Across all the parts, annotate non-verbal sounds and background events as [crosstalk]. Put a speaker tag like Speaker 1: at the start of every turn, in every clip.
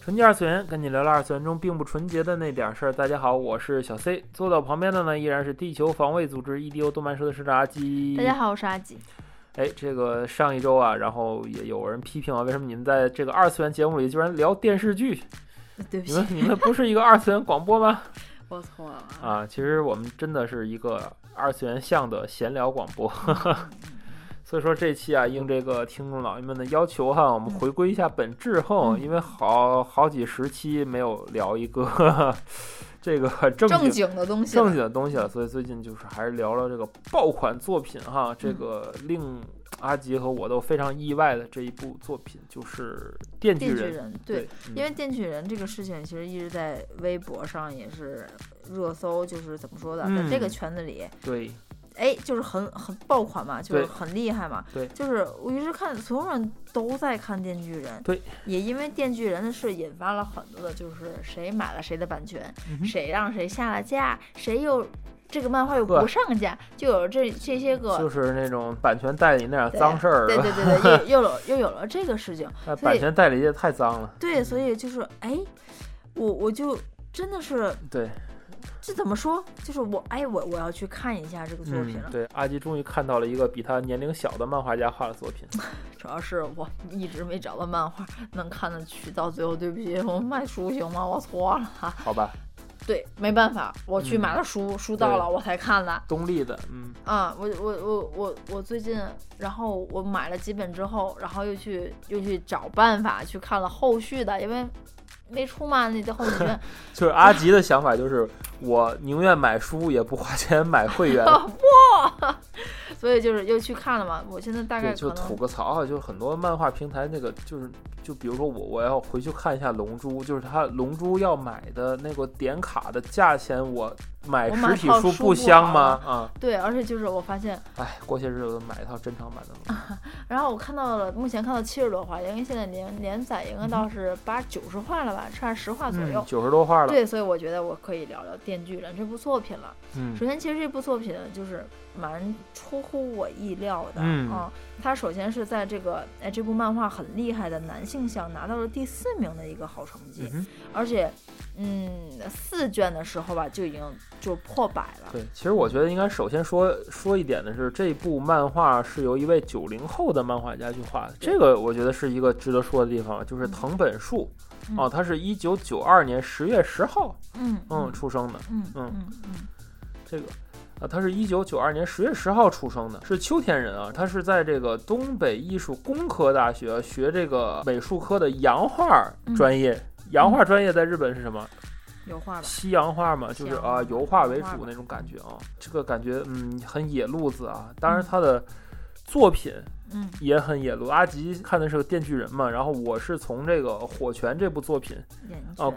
Speaker 1: 纯洁二次元，跟你聊聊二次元中并不纯洁的那点事儿。大家好，我是小 C，坐到我旁边的呢依然是地球防卫组织 EDO 动漫社的社长阿基。
Speaker 2: 大家。好，我是阿吉。
Speaker 1: 哎，这个上一周啊，然后也有人批评啊，为什么你们在这个二次元节目里居然聊电视剧？
Speaker 2: 呃对不
Speaker 1: 你
Speaker 2: 起，
Speaker 1: 们你们不是一个二次元广播吗？
Speaker 2: [laughs] 我错了。
Speaker 1: 啊，其实我们真的是一个二次元向的闲聊广播。 [laughs] 所以说这期啊，应这个听众老爷们的要求哈，我
Speaker 2: 嗯
Speaker 1: 们回归一下本质后，因为好好几十期没有聊一个 [laughs] 这个正
Speaker 2: 正
Speaker 1: 经
Speaker 2: 经的东西了，
Speaker 1: 正经的东西
Speaker 2: 嗯
Speaker 1: 了，所以最近就是还是聊了这个爆款作品
Speaker 2: 嗯
Speaker 1: 哈，这个令阿吉和我都非常意外的这一部作品就是《电锯
Speaker 2: 电锯
Speaker 1: 人》。
Speaker 2: 人对
Speaker 1: 对，，嗯
Speaker 2: 因
Speaker 1: 为
Speaker 2: 为电锯人这个事情，其实一直在微博上也是热搜，就是怎么说的，在
Speaker 1: 嗯
Speaker 2: 这个圈子里，
Speaker 1: 对
Speaker 2: 哎，就是很很爆款嘛，就是
Speaker 1: 对
Speaker 2: 很厉害嘛。
Speaker 1: 对
Speaker 2: 就是我一直看，所有人都在看《电锯人》，
Speaker 1: 对，
Speaker 2: 也因为《电锯人》的事引发了很多的，就是谁买了谁的版权，
Speaker 1: 嗯哼
Speaker 2: 谁让谁下了架，谁又这个漫画又
Speaker 1: 呵
Speaker 2: 不上架，就有这这些个
Speaker 1: 就是那种版权代理那点脏事儿，
Speaker 2: 对
Speaker 1: [laughs]
Speaker 2: 对对对，又又有又有了这个事情，
Speaker 1: 那
Speaker 2: 所以
Speaker 1: 版权代理也太脏了，
Speaker 2: 对，所以就是哎，我我就真的是
Speaker 1: 对，
Speaker 2: 这怎么说？就是我哎，我我要去看一下这个作品
Speaker 1: 嗯
Speaker 2: 了，。
Speaker 1: 对，阿吉终于看到了一个比他年龄小的漫画家画的作
Speaker 2: [laughs]
Speaker 1: 品，
Speaker 2: 主要是我 [laughs] 一直没找到漫画能看的渠道，最后对不起，我卖书行吗？我错了哈。
Speaker 1: 好吧，
Speaker 2: 对，没办法，我去
Speaker 1: 嗯
Speaker 2: 买了书，书到
Speaker 1: 对
Speaker 2: 了我才看的。
Speaker 1: 东立的，嗯，
Speaker 2: 啊、我我我我我最近，然后我买了几本之后，然后又去又去找办法去看了后续的，因为没出嘛，那叫后续
Speaker 1: 就是阿吉的想法就是，我宁愿买书也不花钱买会
Speaker 2: [laughs]
Speaker 1: 员，
Speaker 2: 哇，所以就是又去看了嘛。我现在大
Speaker 1: 对，
Speaker 2: 概可
Speaker 1: 就
Speaker 2: 能
Speaker 1: 吐个槽啊，就是很多漫画平台那个就是。就比如说我我要回去看一下《龙珠》，就是它《龙珠》要买的那个点卡的价钱，我买
Speaker 2: 我买
Speaker 1: 实体
Speaker 2: 套
Speaker 1: 书
Speaker 2: 书
Speaker 1: 不
Speaker 2: 不
Speaker 1: 香
Speaker 2: 好
Speaker 1: 吗？啊，
Speaker 2: 对，而且就是我发现，
Speaker 1: 哎，过些日子买一套珍藏版的
Speaker 2: 啊
Speaker 1: 龙珠。
Speaker 2: 然后我看到了目前看到七十多话，因为现在连连载应该到是八九十话了吧，差十话左右
Speaker 1: 嗯，。九十多画了，
Speaker 2: 对，所以我觉得我可以聊聊《电锯人》这部作品了。
Speaker 1: 嗯
Speaker 2: 首先，其实这部作品就是蛮出乎我意料的
Speaker 1: 嗯
Speaker 2: 啊。它首先是在这个哎这部漫画很厉害的男性向拿到了第四名的一个好成绩，
Speaker 1: 嗯哼，
Speaker 2: 而且嗯四卷的时候吧就已经就破百了。
Speaker 1: 对，其实我觉得应该首先说说一点的是，这部漫画是由一位九零后的漫画家去画的，这个我觉得是一个值得说的地方，就是藤本树，
Speaker 2: 嗯
Speaker 1: 哦，他是一九九二年十月十号，
Speaker 2: 嗯
Speaker 1: 嗯，出生的，
Speaker 2: 嗯
Speaker 1: 嗯
Speaker 2: 嗯嗯，
Speaker 1: 这个。啊，他是一九九二年十月十号出生的，是秋田人啊。他是在这个东北艺术工科大学学这个美术科的洋画
Speaker 2: 嗯
Speaker 1: 专业。洋画专业在日本是什么？
Speaker 2: 有话吧？
Speaker 1: 西洋画嘛，就是
Speaker 2: 西洋画
Speaker 1: 啊、油画为主
Speaker 2: 油画
Speaker 1: 那种感觉啊，这个感觉嗯很野路子啊。当然他的作品
Speaker 2: 嗯
Speaker 1: 也很野路，阿吉看的是个《电锯人》嘛，然后我是从这个《火拳》这部作品，
Speaker 2: 岩泉，
Speaker 1: 哦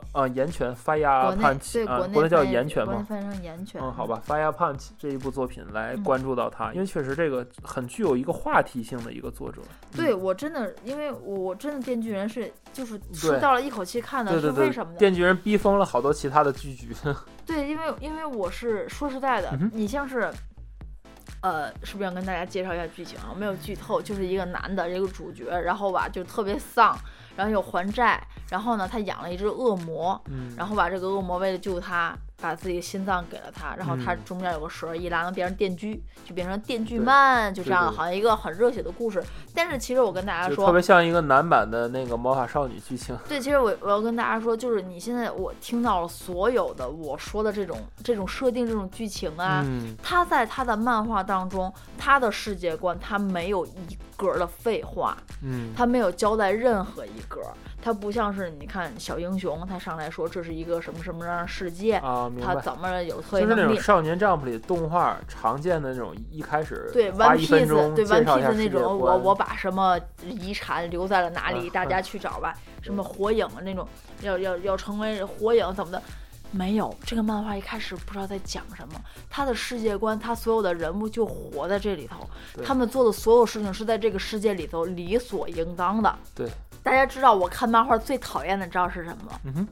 Speaker 1: 啊啊岩泉发
Speaker 2: 国
Speaker 1: 压
Speaker 2: 内
Speaker 1: 判
Speaker 2: 对
Speaker 1: 啊，
Speaker 2: 内
Speaker 1: 国内叫
Speaker 2: 翻译
Speaker 1: 岩泉
Speaker 2: 国内
Speaker 1: 嘛。
Speaker 2: 翻译成岩泉。
Speaker 1: 嗯，好吧，《Fire Punch》这一部作品来
Speaker 2: 嗯
Speaker 1: 关注到他，因为确实这个很具有一个话题性的一个作者。
Speaker 2: 对
Speaker 1: 嗯
Speaker 2: 我真的，因为我我真的电锯人是就是吃
Speaker 1: 对
Speaker 2: 到了一口气看的，
Speaker 1: 对
Speaker 2: 是
Speaker 1: 对
Speaker 2: 为
Speaker 1: 对，
Speaker 2: 什么呢？
Speaker 1: 电锯人逼疯了好多其他的剧 [laughs] 局。
Speaker 2: 对，因为因为我是说实在的
Speaker 1: 嗯哼，
Speaker 2: 你像是。呃，是不是要跟大家介绍一下剧情啊？没有剧透，就是一个男的，这个主角，然后吧就特别丧，然后又还债，然后呢他养了一只恶魔，
Speaker 1: 嗯，
Speaker 2: 然后把这个恶魔为了救他，把自己的心脏给了他，然后他
Speaker 1: 嗯
Speaker 2: 中间有个绳儿一拉能变成电锯，就变成电锯
Speaker 1: 对
Speaker 2: 漫，就这样，
Speaker 1: 对对
Speaker 2: 好像一个很热血的故事。但是其实我跟大家
Speaker 1: 就
Speaker 2: 说，
Speaker 1: 特别像一个男版的那个魔法少女剧情。
Speaker 2: 对，其实我我要跟大家说，就是你现在我听到了所有的我说的这种这种设定、这种剧情啊，
Speaker 1: 嗯，
Speaker 2: 他在他的漫画当中，他的世界观他没有一格儿的废话，
Speaker 1: 嗯，
Speaker 2: 他没有交代任何一格儿，它不像是你看小英雄，他上来说这是一个什么什么样的世界，
Speaker 1: 啊，明
Speaker 2: 他
Speaker 1: 白。
Speaker 2: 怎么有特异
Speaker 1: 就是那
Speaker 2: 能
Speaker 1: 种
Speaker 2: 力。
Speaker 1: 少年 Jump 里动画常见的那种，一开始
Speaker 2: 对
Speaker 1: 花
Speaker 2: ，One
Speaker 1: 一分
Speaker 2: Piece，
Speaker 1: 钟
Speaker 2: 对
Speaker 1: 介
Speaker 2: One
Speaker 1: 绍一下
Speaker 2: Piece
Speaker 1: 世
Speaker 2: 那
Speaker 1: 界观
Speaker 2: 种，我我把什么遗产留在了哪里，
Speaker 1: 啊
Speaker 2: 大家去找吧。什么火影那种，要要要成为火影怎么的，没有。这个漫画一开始不知道在讲什么，他的世界观，他所有的人物就活在这里头，
Speaker 1: 对
Speaker 2: 他们做的所有事情是在这个世界里头理所应当的。
Speaker 1: 对，
Speaker 2: 大家知道我看漫画最讨厌的，知道是什么吗？
Speaker 1: 嗯哼，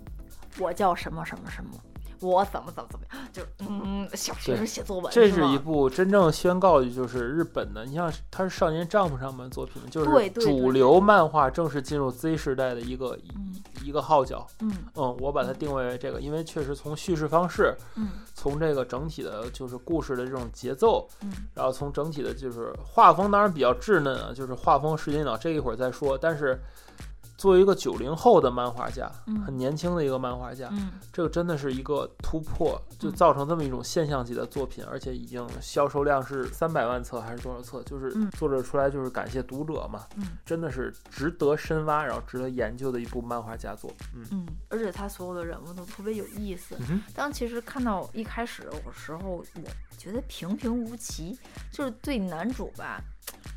Speaker 2: 我叫什么什么什么，我怎么怎么怎么样，就是嗯，小学生写作文
Speaker 1: 这
Speaker 2: 是
Speaker 1: 是
Speaker 2: 吗
Speaker 1: 一部真正宣告的，就是日本的，你像是它是少年 Jump 上面的作品，就
Speaker 2: 对
Speaker 1: 是
Speaker 2: 对对
Speaker 1: 主流漫画正式进入 Z 时代的一个
Speaker 2: 嗯
Speaker 1: 一个号角。
Speaker 2: 嗯
Speaker 1: 嗯，我把它定位为这个，因为确实从叙事方式，
Speaker 2: 嗯
Speaker 1: 从这个整体的就是故事的这种节奏，
Speaker 2: 嗯
Speaker 1: 然后从整体的就是画风，当然比较稚嫩啊，就是画风时间脑这一会儿再说。但是作为一个九零后的漫画家，
Speaker 2: 嗯
Speaker 1: 很年轻的一个漫画家，
Speaker 2: 嗯，
Speaker 1: 这个真的是一个突破，就
Speaker 2: 嗯
Speaker 1: 造成这么一种现象级的作品，而且已经销售量是三百万册还是多少册？就是
Speaker 2: 嗯
Speaker 1: 作者出来就是感谢读者嘛，
Speaker 2: 嗯
Speaker 1: 真的是值得深挖，然后值得研究的一部漫画佳作。嗯
Speaker 2: 嗯，而且他所有的人物都特别有意思。
Speaker 1: 嗯哼
Speaker 2: 当其实看到一开始的时候，我觉得平平无奇，就是对男主吧，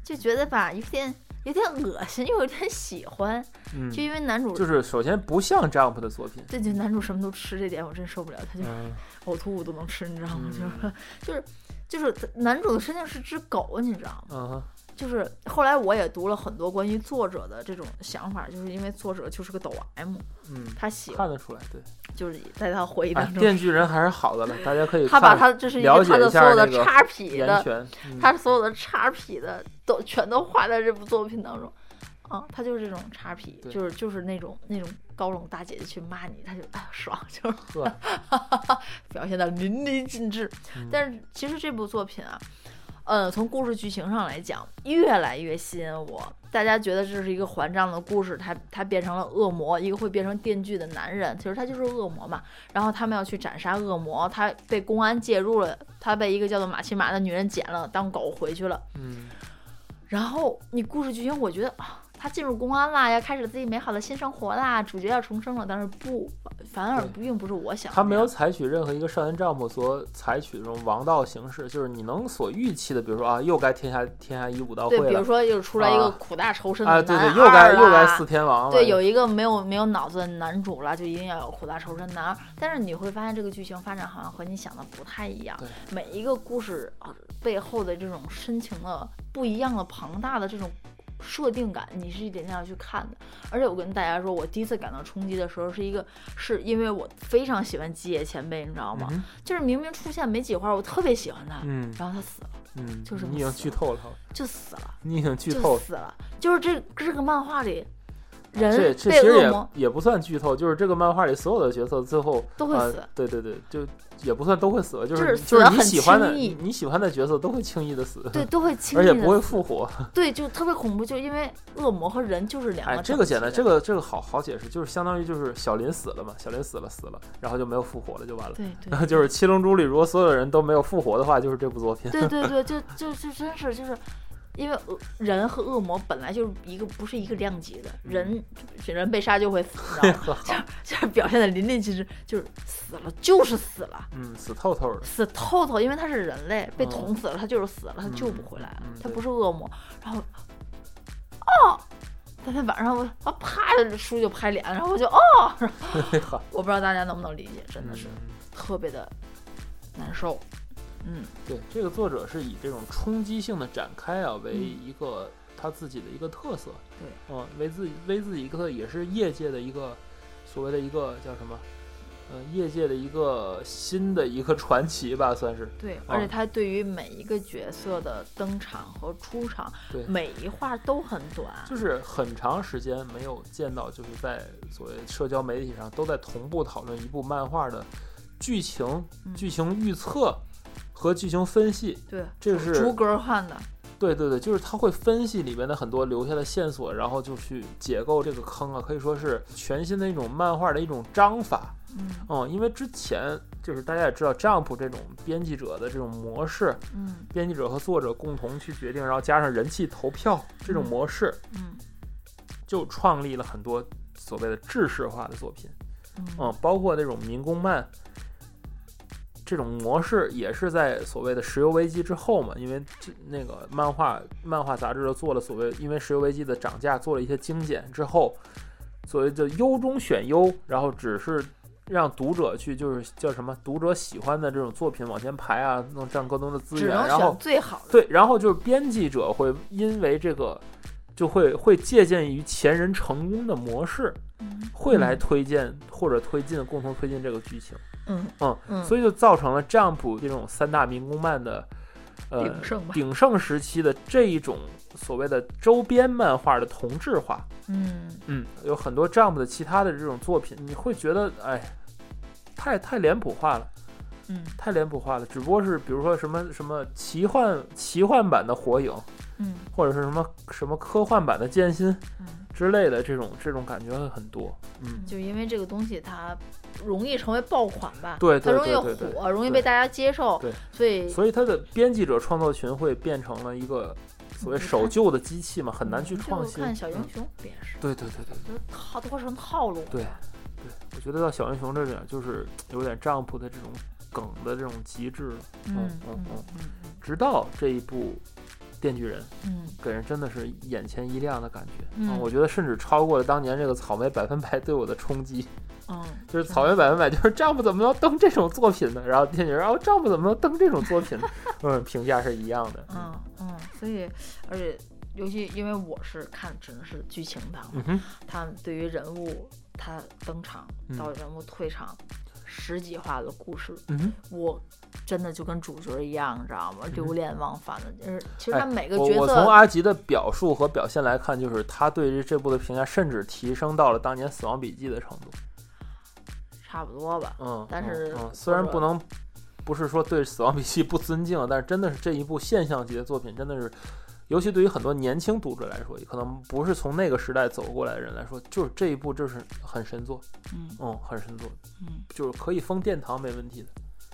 Speaker 2: 就觉得吧有点有点恶心，又有点喜欢，
Speaker 1: 嗯，
Speaker 2: 就因为男主
Speaker 1: 就是首先不像 Jump 的作品，
Speaker 2: 对对男主什么都吃，这点我真受不了，他就
Speaker 1: 嗯，
Speaker 2: 呕吐物都能吃，你知道吗？
Speaker 1: 嗯
Speaker 2: 就是就是就是男主的身上是只狗，你知道吗？
Speaker 1: 嗯哼，
Speaker 2: 就是后来我也读了很多关于作者的这种想法，就是因为作者就是个抖 M，
Speaker 1: 嗯，
Speaker 2: 他喜欢
Speaker 1: 看得出来，对。
Speaker 2: 就是在他回忆
Speaker 1: 哎
Speaker 2: 当，中，
Speaker 1: 电锯人还是好的了，大家可以
Speaker 2: 他把
Speaker 1: 看
Speaker 2: 他这是一个他的所有的叉劈
Speaker 1: 言
Speaker 2: 的，
Speaker 1: 权，嗯
Speaker 2: 他所有的叉劈的都全都画在这部作品当中。啊，他就是这种叉劈，
Speaker 1: 对
Speaker 2: 就是就是那种那种高冷大姐姐去骂你，他就哎呀爽，就是
Speaker 1: 呵
Speaker 2: [laughs] 表现的淋漓尽致。
Speaker 1: 嗯
Speaker 2: 但是其实这部作品啊，呃，从故事剧情上来讲，越来越吸引我。大家觉得这是一个还账的故事，他他变成了恶魔，一个会变成电锯的男人，其实他就是恶魔嘛。然后他们要去斩杀恶魔，他被公安介入了，他被一个叫做马奇马的女人捡了当狗回去了。
Speaker 1: 嗯，
Speaker 2: 然后你故事剧情，我觉得啊，他进入公安啦，要开始自己美好的新生活啦，主角要重生了。但是不，反而并不是我想的
Speaker 1: 他没
Speaker 2: 那
Speaker 1: 有
Speaker 2: 样
Speaker 1: 采取任何一个少年丈夫所采取这种王道形式，就是你能所预期的，比如说啊，又该天下天下一武道会
Speaker 2: 对，比如
Speaker 1: 了，
Speaker 2: 说又出来一个
Speaker 1: 啊
Speaker 2: 苦大仇深的
Speaker 1: 啊，
Speaker 2: 男
Speaker 1: 对
Speaker 2: 二
Speaker 1: 对，又该又该
Speaker 2: 啦
Speaker 1: 四天王了，
Speaker 2: 对，有一个没有没有脑子的男主了，就一定要有苦大仇深男二。但是你会发现，这个剧情发展好像和你想的不太一样
Speaker 1: 对。
Speaker 2: 每一个故事、呃、背后的这种深情的、不一样的、庞大的这种设定感，你是一点点要去看的。而且我跟大家说，我第一次感到冲击的时候，是一个是因为我非常喜欢吉野前辈，你知道
Speaker 1: 嗯
Speaker 2: 吗？
Speaker 1: 哼
Speaker 2: 就是明明出现没几话，我特别喜欢他，
Speaker 1: 嗯
Speaker 2: 然后他死了，
Speaker 1: 嗯，
Speaker 2: 就是
Speaker 1: 你已经剧透了，
Speaker 2: 就死了。
Speaker 1: 你已经剧透
Speaker 2: 就
Speaker 1: 了。
Speaker 2: 死了，就是这这个漫画里，
Speaker 1: 这
Speaker 2: 人
Speaker 1: 这
Speaker 2: 被
Speaker 1: 其实
Speaker 2: 恶魔
Speaker 1: 也也不算剧透，就是这个漫画里所有的角色最后
Speaker 2: 都会
Speaker 1: 呃
Speaker 2: 死
Speaker 1: 对对对，就也不算都会死，就
Speaker 2: 就是
Speaker 1: 是
Speaker 2: 死
Speaker 1: 就
Speaker 2: 得
Speaker 1: 是你
Speaker 2: 很
Speaker 1: 喜欢的
Speaker 2: 轻易
Speaker 1: 你你喜欢的角色都会轻易的死， [laughs]
Speaker 2: 对都会
Speaker 1: 嗯
Speaker 2: 轻
Speaker 1: 而
Speaker 2: 易啊
Speaker 1: 且
Speaker 2: 的
Speaker 1: 不会复活。
Speaker 2: 对，就特别恐怖，就因为恶魔和人就是两
Speaker 1: 哎
Speaker 2: 个，
Speaker 1: 这
Speaker 2: 整
Speaker 1: 个
Speaker 2: 体
Speaker 1: 简单，
Speaker 2: 的
Speaker 1: 这个这个好好解释，就是相当于就是小林死了嘛，小林死了死了，然后就没有复活了，就完了。
Speaker 2: 对对
Speaker 1: 然后 [laughs] 就是《七龙珠》里，如果所有人都没有复活的话，就是这部作品。
Speaker 2: 对对对，就就就真是就是。因为恶人和恶魔本来就是一个不是一个量级的，人
Speaker 1: 嗯
Speaker 2: 人被杀就会死，你知
Speaker 1: [laughs]
Speaker 2: 道吗？就是 [laughs] 就是表现的淋漓尽致，就是死了就是死了，
Speaker 1: 嗯，死透透的。
Speaker 2: 死透透，因为他是人类被
Speaker 1: 嗯
Speaker 2: 捅死了，他就是死了，他救不回来了
Speaker 1: 嗯嗯，
Speaker 2: 他
Speaker 1: 对
Speaker 2: 不是恶魔。然后，哦，当天晚上我啊啪，书就拍脸，然后我就
Speaker 1: [laughs]
Speaker 2: 哦，然后我不知道大家能不能理解，真的
Speaker 1: 嗯
Speaker 2: 是。特别的难受。嗯
Speaker 1: 对，这个作者是以这种冲击性的展开啊为一个他自己的一个特色，
Speaker 2: 嗯对，
Speaker 1: 嗯，为自己为自己一个也是业界的一个所谓的一个叫什么，呃，业界的一个新的一个传奇吧，算是，
Speaker 2: 对，而且他对于每一个角色的登场和出场，
Speaker 1: 对，
Speaker 2: 每一话都很短。
Speaker 1: 就是很长时间没有见到，就是在所谓社交媒体上都在同步讨论一部漫画的剧情
Speaker 2: 嗯、
Speaker 1: 剧情预测和剧情分析，
Speaker 2: 对，
Speaker 1: 这个是
Speaker 2: 逐格换的。
Speaker 1: 对对对，就是他会分析里面的很多留下的线索，然后就去解构这个坑啊，可以说是全新的一种漫画的一种章法。
Speaker 2: 嗯
Speaker 1: 嗯，因为之前就是大家也知道，Jump 这种编辑者的这种模式，
Speaker 2: 嗯
Speaker 1: 编辑者和作者共同去决定，然后加上人气投票这种模式，
Speaker 2: 嗯
Speaker 1: 就创立了很多所谓的制式化的作品，
Speaker 2: 嗯
Speaker 1: 嗯，包括那种民工漫这种模式，也是在所谓的石油危机之后嘛，因为这那个漫画漫画杂志都做了所谓因为石油危机的涨价做了一些精简之后，所谓的优中选优，然后只是。让读者去就是叫什么读者喜欢的这种作品往前排啊，能占更多的资
Speaker 2: 只
Speaker 1: 源，
Speaker 2: 能
Speaker 1: 啊然后
Speaker 2: 选最好的。
Speaker 1: 对，然后就是编辑者会因为这个，就会会借鉴于前人成功的模式，
Speaker 2: 嗯
Speaker 1: 会来推荐或者推进共同推进这个剧情，
Speaker 2: 嗯
Speaker 1: 嗯
Speaker 2: 嗯，
Speaker 1: 所以就造成了 Jump 这种三大民工漫的呃
Speaker 3: 鼎盛吧
Speaker 1: 鼎盛时期的这一种所谓的周边漫画的同质化。
Speaker 2: 嗯
Speaker 1: 嗯，有很多 Jump 的其他的这种作品，你会觉得哎，太太脸谱化了。
Speaker 2: 嗯
Speaker 1: 太脸谱化了，只不过是比如说什么什么奇幻奇幻版的火影，
Speaker 2: 嗯
Speaker 1: 或者是什么什么科幻版的剑心
Speaker 2: 嗯，
Speaker 1: 之类的这种这种感觉会很多。嗯，
Speaker 2: 就因为这个东西它容易成为爆款吧，
Speaker 1: 对
Speaker 2: 它
Speaker 1: 对
Speaker 2: 容易
Speaker 1: 对对对，
Speaker 2: 火，容易被大家接受
Speaker 1: 对，
Speaker 2: 所以
Speaker 1: 所以它的编辑者创作群会变成了一个所谓守旧的机器嘛，很难去
Speaker 2: 嗯就
Speaker 1: 创新。
Speaker 2: 看小
Speaker 1: 嗯
Speaker 2: 英雄不也是，
Speaker 1: 对对对对
Speaker 2: 就是套都快成套路了。
Speaker 1: 对对，我觉得到小英雄这点就是有点 Jump 的这种梗的这种极致了。
Speaker 2: 嗯
Speaker 1: 嗯嗯
Speaker 2: 嗯
Speaker 1: 直到这一部《电锯人》，
Speaker 2: 嗯
Speaker 1: 给人真的是眼前一亮的感觉。啊
Speaker 2: 嗯
Speaker 1: 我觉得甚至超过了当年这个草莓百分百对我的冲击。
Speaker 2: [laughs] 嗯，
Speaker 1: 就是草原百分百，就是丈夫怎么能登这种作品呢？然后电影人，哦，丈夫怎么能登这种作品
Speaker 2: [laughs]
Speaker 1: 呢？嗯，评价是一样的。
Speaker 2: 嗯嗯，所以而且尤其因为我是看只能是剧情党，
Speaker 1: 嗯哼，
Speaker 2: 他对于人物他登场
Speaker 1: 嗯
Speaker 2: 到人物退场。十几话的故事，
Speaker 1: 嗯哼，嗯
Speaker 2: 我真的就跟主角一样，你知道吗？流连忘返的，就是其实
Speaker 1: 哎
Speaker 2: 他每个
Speaker 1: 我
Speaker 2: 角
Speaker 1: 我
Speaker 2: 色，
Speaker 1: 从阿吉的表述和表现来看，就是他对于这部的评价甚至提升到了当年《死亡笔记》的程度。
Speaker 2: 差不多吧。
Speaker 1: 嗯，
Speaker 2: 但是
Speaker 1: 嗯嗯虽然
Speaker 2: 或者
Speaker 1: 不能，不是说对《死亡笔记》不尊敬，但是真的是这一部现象级的作品，真的是。尤其对于很多年轻读者来说，也可能不是从那个时代走过来的人来说，就是这一部就是很神作，
Speaker 2: 嗯
Speaker 1: 嗯，很神作，
Speaker 2: 嗯，
Speaker 1: 就是可以封殿堂没问题的。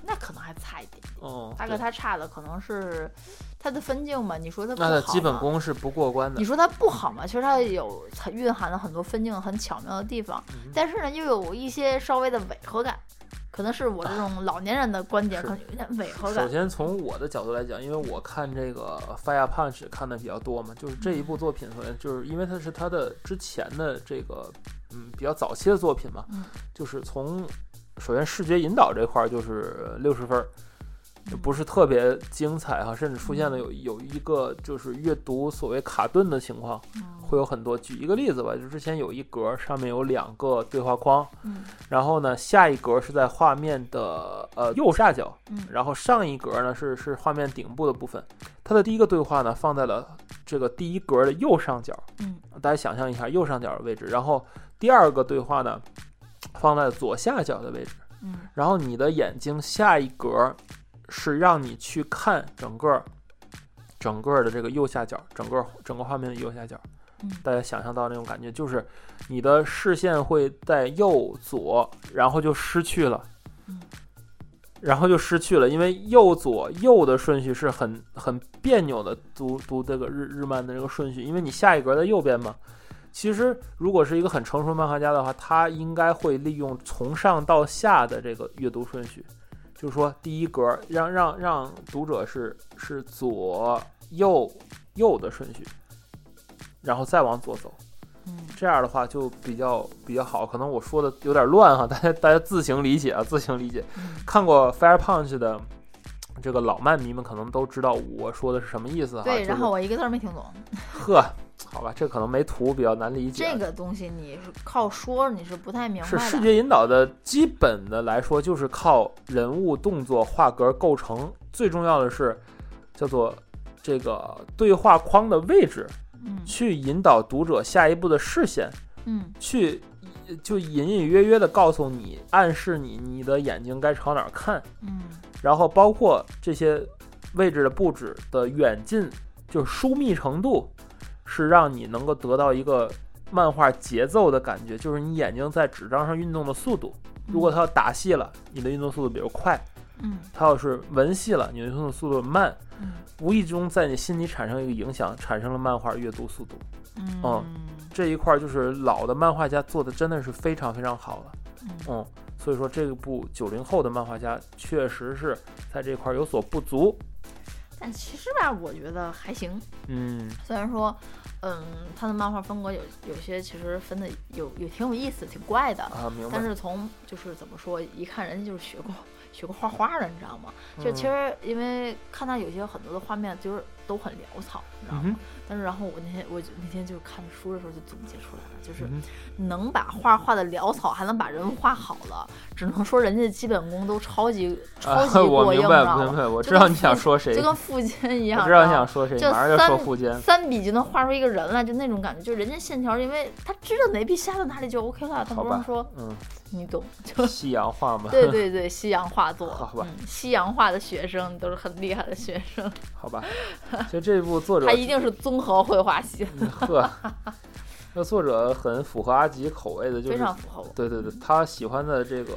Speaker 2: 那可能还差一点点。
Speaker 1: 哦，
Speaker 2: 大概
Speaker 1: 对
Speaker 2: 他差的可能是他的分镜吧。你说他不
Speaker 1: 那
Speaker 2: 好
Speaker 1: 的基本
Speaker 2: 吗
Speaker 1: 功是不过关的
Speaker 2: 你。说它不好嘛？其实它有它蕴含了很多分镜很巧妙的地方，
Speaker 1: 嗯
Speaker 2: 但是呢，又有一些稍微的违和感，可能是我这种老年人的观点，
Speaker 1: 啊是
Speaker 2: 可能有一点违和
Speaker 1: 首
Speaker 2: 感。
Speaker 1: 先从我的角度来讲，因为我看这个《Fire Punch》看的比较多嘛，就是这一
Speaker 2: 嗯
Speaker 1: 部作品，可能就是因为它是它的之前的这个嗯比较早期的作品嘛
Speaker 2: 嗯，
Speaker 1: 就是从首先视觉引导这块儿就是六十分儿，
Speaker 2: 嗯
Speaker 1: 不是特别精彩哈，甚至出现了有有一个就是阅读所谓卡顿的情况，会有很多。举一个例子吧，就之前有一格上面有两个对话框，
Speaker 2: 嗯
Speaker 1: 然后呢，下一格是在画面的呃右下角，
Speaker 2: 嗯
Speaker 1: 然后上一格呢是是画面顶部的部分。它的第一个对话呢放在了这个第一格的右上角，
Speaker 2: 嗯
Speaker 1: 大家想象一下右上角的位置。然后第二个对话呢放在左下角的位置。
Speaker 2: 嗯
Speaker 1: 然后你的眼睛下一格是让你去看整个整个的这个右下角，整个整个画面的右下角。
Speaker 2: 嗯
Speaker 1: 大家想象到那种感觉，就是你的视线会在右左，然后就失去了
Speaker 2: 嗯，
Speaker 1: 然后就失去了，因为右左右的顺序是很很别扭的读读这个日日漫的这个顺序，因为你下一格在右边嘛。其实，如果是一个很成熟的漫画家的话，他应该会利用从上到下的这个阅读顺序，就是说第一格让让让读者是是左右右的顺序，然后再往左走。
Speaker 2: 嗯
Speaker 1: 这样的话就比较比较好。可能我说的有点乱哈，大 [laughs] 家大家自行理解啊，自行理解。
Speaker 2: 嗯，
Speaker 1: 看过《Fire Punch》的这个老漫迷们可能都知道我说的是什么意思哈。
Speaker 2: 对。
Speaker 1: 啊就是
Speaker 2: 然后我一个字儿没听懂，
Speaker 1: 呵，好吧，这可能没图比较难理解啊。
Speaker 2: 这个东西你是靠说你是不太明
Speaker 1: 是
Speaker 2: 白
Speaker 1: 视
Speaker 2: 的。
Speaker 1: 觉引导的基本的来说，就是靠人物动作画格构成，最重要的是叫做这个对话框的位置，
Speaker 2: 嗯
Speaker 1: 去引导读者下一步的视线，
Speaker 2: 嗯
Speaker 1: 去就隐隐约约的告诉你，暗示你你的眼睛该朝哪儿看，
Speaker 2: 嗯
Speaker 1: 然后包括这些位置的布置的远近，就是疏密程度，是让你能够得到一个漫画节奏的感觉，就是你眼睛在纸张上运动的速度。如果它要打戏了，你的运动速度比如快，
Speaker 2: 嗯
Speaker 1: 他要是文戏了，你阅读的速度慢，
Speaker 2: 嗯
Speaker 1: 无意中在你心里产生一个影响，产生了漫画阅读速度
Speaker 2: 嗯
Speaker 1: 哦这一块，就是老的漫画家做的真的是非常非常好了。
Speaker 2: 嗯
Speaker 1: 嗯，所以说这部九零后的漫画家确实是在这块有所不足。
Speaker 2: 但其实吧，我觉得还行。
Speaker 1: 嗯，
Speaker 2: 虽然说，嗯，他的漫画风格有有些其实分的有有挺有意思，挺怪的。
Speaker 1: 啊，明白
Speaker 2: 但。是从就是怎么说，一看人家就是学过学过画画的，你知道吗？就
Speaker 1: 嗯
Speaker 2: 其实因为看他有些很多的画面，就是都很潦草，你知道
Speaker 1: 嗯
Speaker 2: 吗？
Speaker 1: 哼，
Speaker 2: 但是然后我那天我就那天就看书的时候就总结出来了，就是
Speaker 1: 嗯
Speaker 2: 能把画画的潦草，还能把人物画好了，只能说人家基本功都超级超级
Speaker 1: 啊，我
Speaker 2: 过
Speaker 1: 明
Speaker 2: 硬，
Speaker 1: 白，
Speaker 2: 知道
Speaker 1: 我明
Speaker 2: 吗？
Speaker 1: 白，我
Speaker 2: 就
Speaker 1: 知道
Speaker 2: 跟
Speaker 1: 你想
Speaker 2: 父
Speaker 1: 说谁，
Speaker 2: 就跟富坚一样，
Speaker 1: 我知道你
Speaker 2: 知道
Speaker 1: 想
Speaker 2: 吗
Speaker 1: 说谁，
Speaker 2: 就
Speaker 1: 马上就
Speaker 2: 三
Speaker 1: 说富坚。
Speaker 2: 三笔就能画出一个人来，就那种感觉，就人家线条，因为他知道哪笔下到哪里就 OK 了，他
Speaker 1: 好
Speaker 2: 不用
Speaker 1: 吧
Speaker 2: 说
Speaker 1: 嗯，
Speaker 2: 你懂，
Speaker 1: [laughs]
Speaker 2: 就
Speaker 1: 西洋画嘛，
Speaker 2: 对对对，西洋画作，
Speaker 1: 好吧
Speaker 2: 嗯，西洋画的学生都是很厉害的学生，
Speaker 1: 好吧。 [laughs] 其实这部作者
Speaker 2: 他一定是综合绘画系，
Speaker 1: 嗯呵，那作者很符合阿吉口味的，就
Speaker 2: 非
Speaker 1: 是
Speaker 2: 常符合我。
Speaker 1: 对对对，他喜欢的这个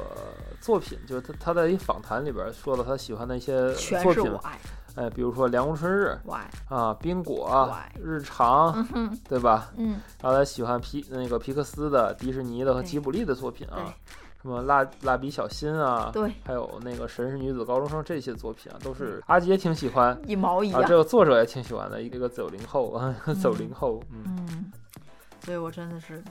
Speaker 1: 作品，就是他他在一访谈里边说了他喜欢的一些
Speaker 2: 全
Speaker 1: 作
Speaker 2: 是
Speaker 1: 品
Speaker 2: 我，爱，
Speaker 1: 哎，比如说《凉宫春日
Speaker 2: 我爱，》
Speaker 1: 啊，《冰果》
Speaker 2: 对
Speaker 1: 日常
Speaker 2: 嗯》，哼，
Speaker 1: 对吧？
Speaker 2: 嗯，
Speaker 1: 然后他喜欢皮那个皮克斯的、迪士尼的和
Speaker 2: 对
Speaker 1: 吉卜力的作品
Speaker 2: 对
Speaker 1: 啊，什么蜡蜡笔小新啊，
Speaker 2: 对，
Speaker 1: 还有那个《神是女子高中生》这些作品啊，都是阿吉也挺喜欢。
Speaker 2: 一毛嗯一
Speaker 1: 啊，
Speaker 2: 样，
Speaker 1: 这个作者也挺喜欢的，一个一个九零后 [laughs] 啊，九零后，嗯，
Speaker 2: 嗯，所以我真的是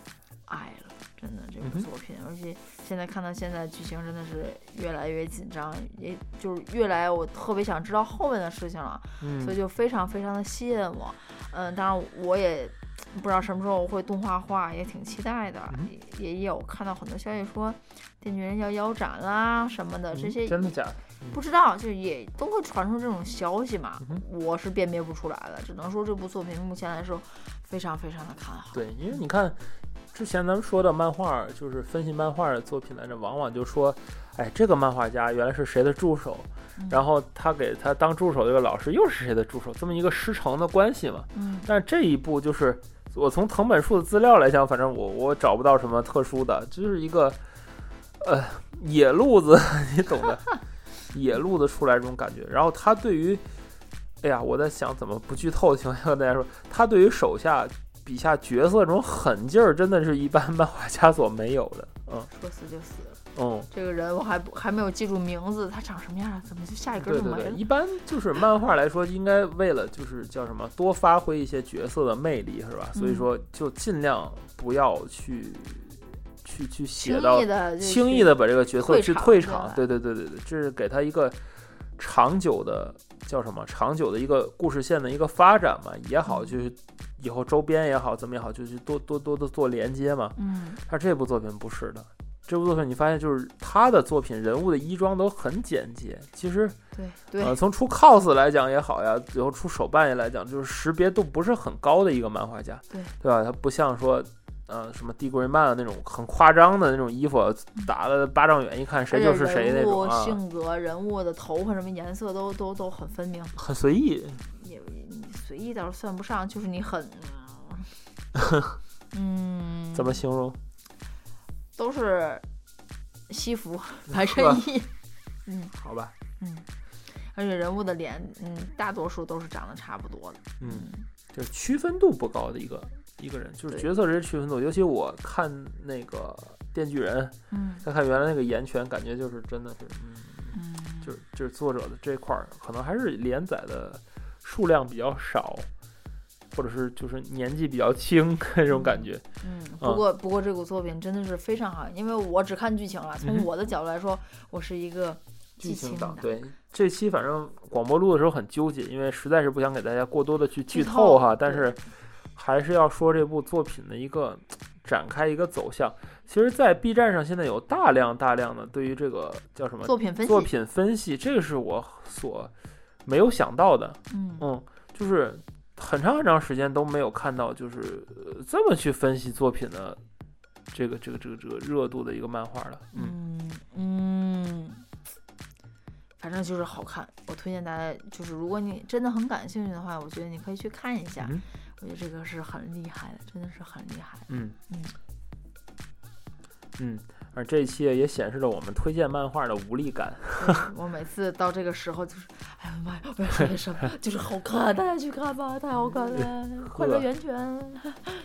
Speaker 2: 爱了，真的这
Speaker 1: 嗯
Speaker 2: 部
Speaker 1: 哼
Speaker 2: 作品，而且现在看到现在剧情真的是越来越紧张，也就是越来我特别想知道后面的事情了，啊所
Speaker 1: 嗯，
Speaker 2: 以就非常非常的吸引我。嗯，当然我也不知道什么时候我会动画化，也挺期待的。
Speaker 1: 嗯
Speaker 2: 也也有看到很多消息说电锯人要腰斩啦什么的，这
Speaker 1: 嗯
Speaker 2: 些
Speaker 1: 真的假的？
Speaker 2: 不知道，就也都会传出这种消息嘛
Speaker 1: 嗯，
Speaker 2: 我是辨别不出来的，只能说这部作品目前来说非常非常的看好。
Speaker 1: 对，因为你看，之前咱们说的漫画，就是分析漫画的作品来着，往往就说，哎，这个漫画家原来是谁的助手，
Speaker 2: 嗯
Speaker 1: 然后他给他当助手这个老师又是谁的助手，这么一个师承的关系嘛。
Speaker 2: 嗯
Speaker 1: 但这一步就是，我从藤本树的资料来讲，反正我我找不到什么特殊的，就是一个，呃，野路子， [laughs] 你懂的，野路子出来这种感觉。然后他对于，哎呀，我在想怎么不剧透的情况下跟大家说，他对于手下笔下角色这种狠劲儿，真的是一般漫画家所没有的。嗯
Speaker 2: 说死就死了，
Speaker 1: 嗯，
Speaker 2: 这个人我还不还没有记住名字，他长什么样啊？怎么就下一根
Speaker 1: 对
Speaker 2: 就
Speaker 1: 对
Speaker 2: 没
Speaker 1: 对，
Speaker 2: 了？
Speaker 1: 一般就是漫画来说，应该为了就是叫什么，多发挥一些角色的魅力，是吧？
Speaker 2: 嗯
Speaker 1: 所以说就尽量不要去去去写
Speaker 2: 轻
Speaker 1: 到
Speaker 2: 易的，
Speaker 1: 轻易的把这个角色去退
Speaker 2: 退场
Speaker 1: 场。对对对对对，这是给他一个长久的叫什么？长久的一个故事线的一个发展嘛，也好，
Speaker 2: 嗯
Speaker 1: 就是以后周边也好，怎么也好，就去多多多的做连接嘛。
Speaker 2: 嗯，
Speaker 1: 但这部作品不是的，这部作品你发现就是他的作品人物的衣装都很简洁，其实。
Speaker 2: 对对，
Speaker 1: 呃，从出 cos 来讲也好呀，然后出手办也来讲，就是识别度不是很高的一个漫画家，
Speaker 2: 对
Speaker 1: 吧？他不像说，呃，什么地贵漫啊那种很夸张的那种衣服，打了巴掌远一看谁就是谁那
Speaker 2: 嗯人
Speaker 1: 种
Speaker 2: 物
Speaker 1: 啊，
Speaker 2: 性格、人物的头发什么颜色都都都很分明，
Speaker 1: 很随意。
Speaker 2: 也你随意倒是算不上，就是
Speaker 1: [laughs]
Speaker 2: 你很，嗯，
Speaker 1: 怎么形容？
Speaker 2: 都是西
Speaker 1: [laughs]
Speaker 2: 服白衬衣，嗯，
Speaker 1: 好吧，
Speaker 2: 而且人物的脸，嗯，大多数都是长得差不多的，
Speaker 1: 嗯，就是区分度不高的一个一个人，就是
Speaker 2: 对
Speaker 1: 角色之间区分度。尤其我看那个电锯人，
Speaker 2: 嗯
Speaker 1: 再看原来那个岩泉，感觉就是真的是，嗯。
Speaker 2: 嗯，
Speaker 1: 就是就是作者的这块儿，可能还是连载的数量比较少，或者是就是年纪比较轻那种感觉。
Speaker 2: 嗯，
Speaker 1: 嗯
Speaker 2: 不过不过这部作品真的是非常好，因为我只看剧情了。
Speaker 1: 嗯
Speaker 2: 从
Speaker 1: 哼
Speaker 2: 我的角度来说，我是一个激情
Speaker 1: 党
Speaker 2: 党，
Speaker 1: 对这期反正广播录的时候很纠结，因为实在是不想给大家过多的去剧透哈，
Speaker 2: 剧透
Speaker 1: 但是还是要说这部作品的一个展开一个走向。其实，在 B 站上现在有大量大量的对于这个叫什么
Speaker 2: 作品分析，
Speaker 1: 作品分析，这个是我所没有想到的。
Speaker 2: 嗯
Speaker 1: 嗯，就是很长很长时间都没有看到，就是、呃这么去分析作品的这个这个这个这个热度的一个漫画了。嗯，
Speaker 2: 嗯嗯，反正就是好看。我推荐大家，就是如果你真的很感兴趣的话，我觉得你可以去看一下。
Speaker 1: 嗯
Speaker 2: 我觉得这 [laughs] 嗯个是很厉害的，真的是很厉害。
Speaker 1: 嗯
Speaker 2: 嗯
Speaker 1: 嗯，而这一期也显示了我们推荐漫画的无力感。
Speaker 2: 我每次到这个时候就是，哎呀妈呀，我要说些什么？就是好看，大家去看吧，太好看了，快乐源泉。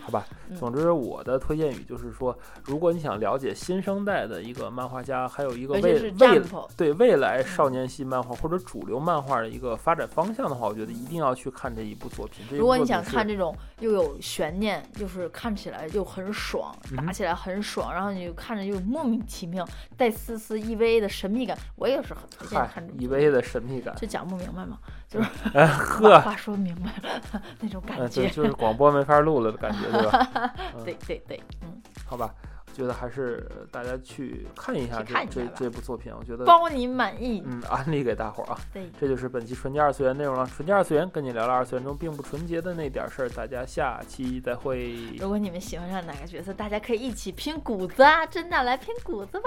Speaker 1: 好吧
Speaker 2: 嗯，
Speaker 1: 总之我的推荐语就是说，如果你想了解新生代的一个漫画家，还有一个
Speaker 2: 尤其
Speaker 1: 未
Speaker 2: 是嗯
Speaker 1: 未
Speaker 2: Jump，
Speaker 1: 对未来少年系漫画或者主流漫画的一个发展方向的话，我觉得一定要去看这一部作品。这一部
Speaker 2: 如果
Speaker 1: 作
Speaker 2: 你
Speaker 1: 品
Speaker 2: 想
Speaker 1: 是
Speaker 2: 看这种又有悬念，又是看起来又很爽，
Speaker 1: 嗯
Speaker 2: 打
Speaker 1: 哼
Speaker 2: 起来很爽，然后你就看着又莫名其妙，带丝丝 EVA 的神秘感，我也是很推荐
Speaker 1: 嗨
Speaker 2: 看这种。
Speaker 1: ，EVA 的神秘感，
Speaker 2: 就讲不明白嘛，就是
Speaker 1: [laughs] 哎
Speaker 2: 把
Speaker 1: 呵，
Speaker 2: 话说明白 [laughs] 了那种感
Speaker 1: 嗯，
Speaker 2: 觉
Speaker 1: 对，。就是广播没法录了的感觉，对
Speaker 2: [laughs]
Speaker 1: 吧？嗯
Speaker 2: 对对对，嗯，
Speaker 1: 好吧，觉得还是呃大家去看一下
Speaker 2: 去
Speaker 1: 这
Speaker 2: 看一下
Speaker 1: 这
Speaker 2: 吧
Speaker 1: 这部作品，我觉得
Speaker 2: 包你满意。
Speaker 1: 嗯，安利给大伙儿啊。
Speaker 2: 对，
Speaker 1: 这就是本期纯洁二次元内容了。纯洁二次元跟你聊聊二次元中并不纯洁的那点事儿，大家下期再会。
Speaker 2: 如果你们喜欢上哪个角色，大家可以一起拼谷子啊！真的来拼谷子吧。